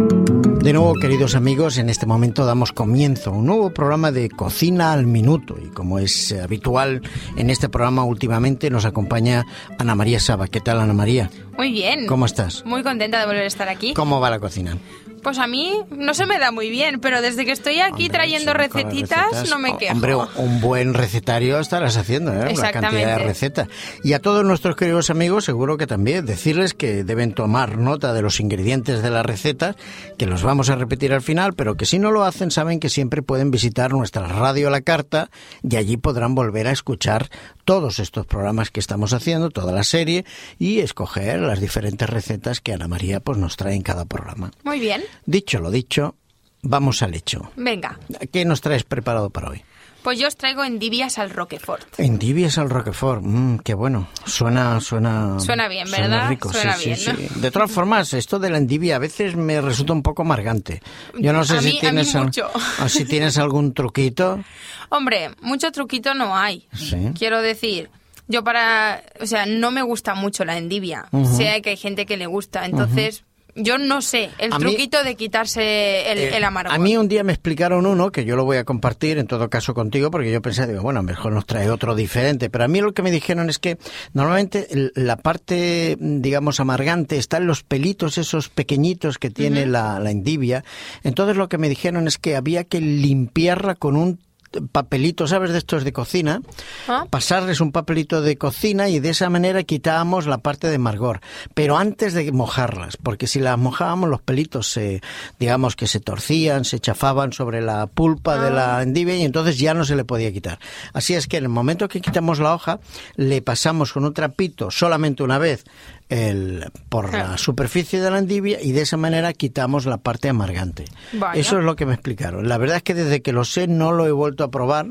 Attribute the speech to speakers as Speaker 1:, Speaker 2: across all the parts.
Speaker 1: De nuevo, queridos amigos, en este momento damos comienzo a un nuevo programa de Cocina al Minuto y como es eh, habitual en este programa últimamente nos acompaña Ana María Saba. ¿Qué tal, Ana María?
Speaker 2: Muy bien.
Speaker 1: ¿Cómo estás?
Speaker 2: Muy contenta de volver a estar aquí.
Speaker 1: ¿Cómo va la cocina?
Speaker 2: Pues a mí no se me da muy bien, pero desde que estoy aquí
Speaker 1: Hombre,
Speaker 2: trayendo
Speaker 1: sí, con las
Speaker 2: recetitas,
Speaker 1: recetas,
Speaker 2: no me
Speaker 1: oh,
Speaker 2: quejo.
Speaker 1: Hombre, un buen recetario estarás haciendo, ¿eh? Una cantidad de
Speaker 2: Exactamente.
Speaker 1: recetas. Y a todos nuestros queridos amigos, seguro que también decirles que deben tomar nota de los ingredientes de las recetas, que los vamos a repetir al final, pero que si no lo hacen, saben que siempre pueden visitar nuestra radio a la carta y allí podrán volver a escuchar todos estos programas que estamos haciendo, toda la serie, y escoger las diferentes recetas que Ana María pues, nos trae en cada programa.
Speaker 2: Muy bien.
Speaker 1: Dicho lo dicho, vamos al hecho.
Speaker 2: Venga,
Speaker 1: ¿Qué nos traes preparado para hoy?
Speaker 2: pues yo os traigo endivias al Roquefort.
Speaker 1: Endivias al Roquefort. Mm, qué bueno. Suena, suena.
Speaker 2: Suena bien, ¿verdad?
Speaker 1: rico, sí,
Speaker 2: Suena
Speaker 1: sí,
Speaker 2: bien, ¿no?
Speaker 1: sí. De todas formas, esto de la endivia a veces me resulta un poco amargante. Yo no sé
Speaker 2: A
Speaker 1: si
Speaker 2: mí- a mí
Speaker 1: tienes al-
Speaker 2: mucho.
Speaker 1: o si tienes algún truquito.
Speaker 2: Hombre, mucho truquito no hay.
Speaker 1: Sí.
Speaker 2: Quiero decir, yo para... O sea, no me gusta mucho la endivia. Sé que hay gente que le gusta, entonces... Yo no sé el
Speaker 1: A mí-
Speaker 2: truquito de quitarse el,
Speaker 1: Eh,
Speaker 2: el amargo.
Speaker 1: A mí un día me explicaron uno que yo lo voy a compartir en todo caso contigo porque yo pensé, digo, bueno, mejor nos trae otro diferente. Pero a mí lo que me dijeron es que normalmente el- la parte, digamos, amargante está en los pelitos esos pequeñitos que tiene la, la endivia. Entonces lo que me dijeron es que había que limpiarla con un papelito, ¿sabes? De estos de cocina,
Speaker 2: Ah.
Speaker 1: pasarles un papelito de cocina y de esa manera quitábamos la parte de amargor, pero antes de mojarlas, porque si las mojábamos los pelitos se, digamos que se torcían, se chafaban sobre la pulpa de la endivia y entonces ya no se le podía quitar. Así es que en el momento que quitamos la hoja, le pasamos con un trapito solamente una vez el, por la
Speaker 2: Ah.
Speaker 1: superficie de la endivia y de esa manera quitamos la parte amargante.
Speaker 2: Vaya.
Speaker 1: Eso es lo que me explicaron. La verdad es que desde que lo sé no lo he vuelto a probar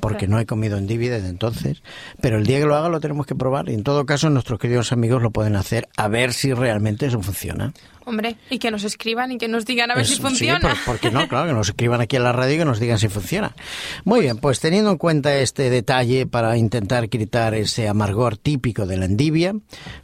Speaker 1: porque no he comido endivia desde entonces, pero el día que lo haga lo tenemos que probar y en todo caso nuestros queridos amigos lo pueden hacer a ver si realmente eso funciona.
Speaker 2: Hombre, y que nos escriban y que nos digan a ver si
Speaker 1: Eso, sí,
Speaker 2: funciona.
Speaker 1: por- porque no, claro, que nos escriban aquí en la radio y que nos digan si funciona. Muy bien, pues teniendo en cuenta este detalle para intentar quitar ese amargor típico de la endivia,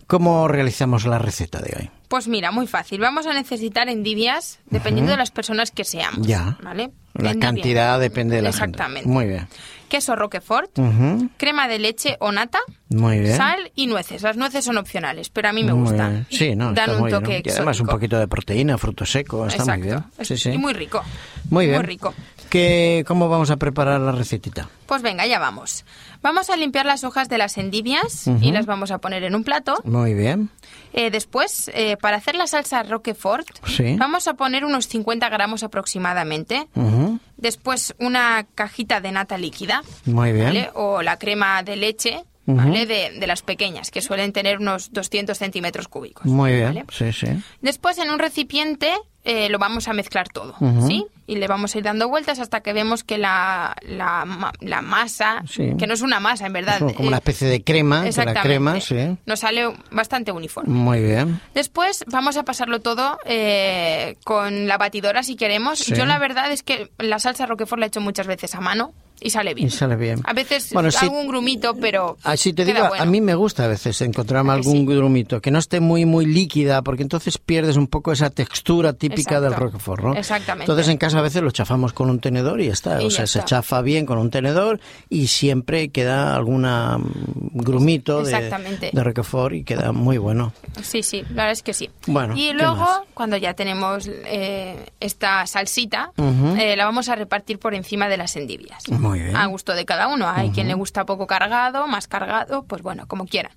Speaker 1: ¿cómo realizamos la receta de hoy?
Speaker 2: Pues mira, muy fácil. Vamos a necesitar endivias dependiendo de las personas que seamos.
Speaker 1: Ya.
Speaker 2: ¿Vale?
Speaker 1: La
Speaker 2: Endivia.
Speaker 1: cantidad depende de la gente.
Speaker 2: Exactamente.
Speaker 1: Muy bien.
Speaker 2: Queso Roquefort,
Speaker 1: Ujú,
Speaker 2: crema de leche o nata,
Speaker 1: Muy bien.
Speaker 2: sal y nueces. Las nueces son opcionales, pero a mí me
Speaker 1: Muy bien.
Speaker 2: gustan.
Speaker 1: Sí, no,
Speaker 2: Dan
Speaker 1: está
Speaker 2: un
Speaker 1: muy bien,
Speaker 2: toque
Speaker 1: ¿no? Y además un
Speaker 2: exótico.
Speaker 1: poquito de proteína, fruto seco, está muy bien.
Speaker 2: Exacto.
Speaker 1: Sí, sí.
Speaker 2: Y muy rico.
Speaker 1: Muy bien.
Speaker 2: Muy rico.
Speaker 1: ¿Qué- ¿Cómo vamos a preparar la recetita?
Speaker 2: Pues venga, ya vamos. Vamos a limpiar las hojas de las endivias y las vamos a poner en un plato.
Speaker 1: Muy bien.
Speaker 2: Eh, después, eh, para hacer la salsa Roquefort,
Speaker 1: Sí.
Speaker 2: vamos a poner unos 50 gramos aproximadamente.
Speaker 1: Ujú,
Speaker 2: Después una cajita de nata líquida.
Speaker 1: Muy bien.
Speaker 2: ¿vale? O la crema de leche,
Speaker 1: ¿Eh? Ujú.
Speaker 2: ¿vale? De, de las pequeñas, que suelen tener unos 200 centímetros cúbicos.
Speaker 1: Muy bien.
Speaker 2: ¿vale?
Speaker 1: Sí, sí.
Speaker 2: Después en un recipiente eh, lo vamos a mezclar todo,
Speaker 1: Ujú.
Speaker 2: ¿sí? Y le vamos a ir dando vueltas hasta que vemos que la, la, ma- la masa,
Speaker 1: Sí.
Speaker 2: que no es una masa en verdad.
Speaker 1: Como una
Speaker 2: eh,
Speaker 1: especie de crema, de la
Speaker 2: exactamente,
Speaker 1: crema, sí.
Speaker 2: Nos sale bastante uniforme.
Speaker 1: Muy bien.
Speaker 2: Después vamos a pasarlo todo eh, con la batidora si queremos.
Speaker 1: Sí.
Speaker 2: Yo la verdad es que la salsa Roquefort la he hecho muchas veces a mano y sale bien.
Speaker 1: Y sale bien.
Speaker 2: A veces
Speaker 1: Bueno, sí.
Speaker 2: hago un grumito, pero
Speaker 1: Así te
Speaker 2: queda
Speaker 1: digo,
Speaker 2: bueno.
Speaker 1: a mí me gusta a veces encontrarme
Speaker 2: ¿A que
Speaker 1: algún
Speaker 2: sí?
Speaker 1: grumito que no esté muy muy líquida, porque entonces pierdes un poco esa textura típica
Speaker 2: Exacto.
Speaker 1: del roquefort, ¿no?
Speaker 2: Exactamente.
Speaker 1: Entonces en casa a veces lo chafamos con un tenedor y ya está,
Speaker 2: Y
Speaker 1: o
Speaker 2: ya
Speaker 1: sea, se
Speaker 2: está.
Speaker 1: chafa bien con un tenedor y siempre queda alguna mm, grumito de,
Speaker 2: Exactamente.
Speaker 1: de roquefort y queda muy bueno.
Speaker 2: Sí, sí, la verdad es que sí.
Speaker 1: Bueno, ¿qué
Speaker 2: y luego,
Speaker 1: más?
Speaker 2: cuando ya tenemos eh, esta salsita,
Speaker 1: Ujú.
Speaker 2: eh, la vamos a repartir por encima de las endivias.
Speaker 1: Muy bien.
Speaker 2: A gusto de cada uno. Hay quien le gusta poco cargado, más cargado, pues bueno, como quieran.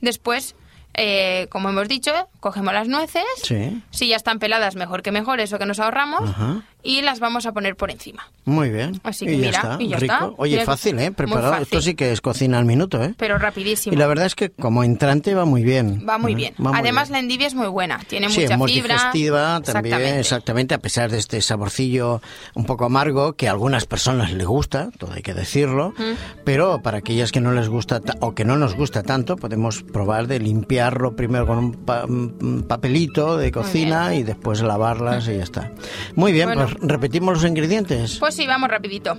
Speaker 2: Después, eh, como hemos dicho, cogemos las nueces.
Speaker 1: Sí.
Speaker 2: Si ya están peladas, mejor que mejor, eso que nos ahorramos.
Speaker 1: Ajá.
Speaker 2: Y las vamos a poner por encima.
Speaker 1: Muy bien.
Speaker 2: Así
Speaker 1: y
Speaker 2: que
Speaker 1: ya
Speaker 2: mira,
Speaker 1: está,
Speaker 2: y ya
Speaker 1: rico.
Speaker 2: está.
Speaker 1: Oye,
Speaker 2: Mira que-
Speaker 1: fácil, ¿eh?
Speaker 2: muy
Speaker 1: Preparado.
Speaker 2: fácil.
Speaker 1: Esto sí que es cocina al minuto, ¿eh?
Speaker 2: Pero rapidísimo.
Speaker 1: Y la verdad es que como entrante va muy bien. ¿Eh?
Speaker 2: Va muy bien.
Speaker 1: Va muy
Speaker 2: Además,
Speaker 1: bien.
Speaker 2: la endivia es muy buena. Tiene
Speaker 1: Sí,
Speaker 2: mucha
Speaker 1: es muy
Speaker 2: fibra.
Speaker 1: digestiva también, exactamente. a pesar de este saborcillo un poco amargo que a algunas personas les gusta, todo hay que decirlo, pero para aquellas que no les gusta ta- o que no nos gusta tanto, podemos probar de limpiarlo primero con un, pa- un papelito de cocina y después lavarlas y ya está. Muy bien,
Speaker 2: Bueno.
Speaker 1: pues repetimos los ingredientes.
Speaker 2: Pues sí, vamos rapidito.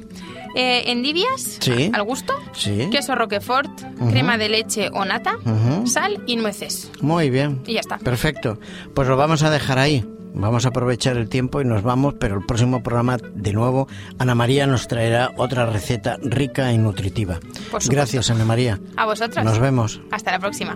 Speaker 2: Eh, endivias,
Speaker 1: Sí.
Speaker 2: al gusto,
Speaker 1: Sí.
Speaker 2: queso roquefort, crema de leche o nata,
Speaker 1: Ujú.
Speaker 2: sal y nueces.
Speaker 1: Muy bien.
Speaker 2: Y ya está.
Speaker 1: Perfecto. Pues lo vamos a dejar ahí. Vamos a aprovechar el tiempo y nos vamos, pero el próximo programa, de nuevo, Ana María nos traerá otra receta rica y nutritiva.
Speaker 2: supuesto.
Speaker 1: Gracias, Ana María.
Speaker 2: A vosotros.
Speaker 1: Nos vemos.
Speaker 2: Hasta la próxima.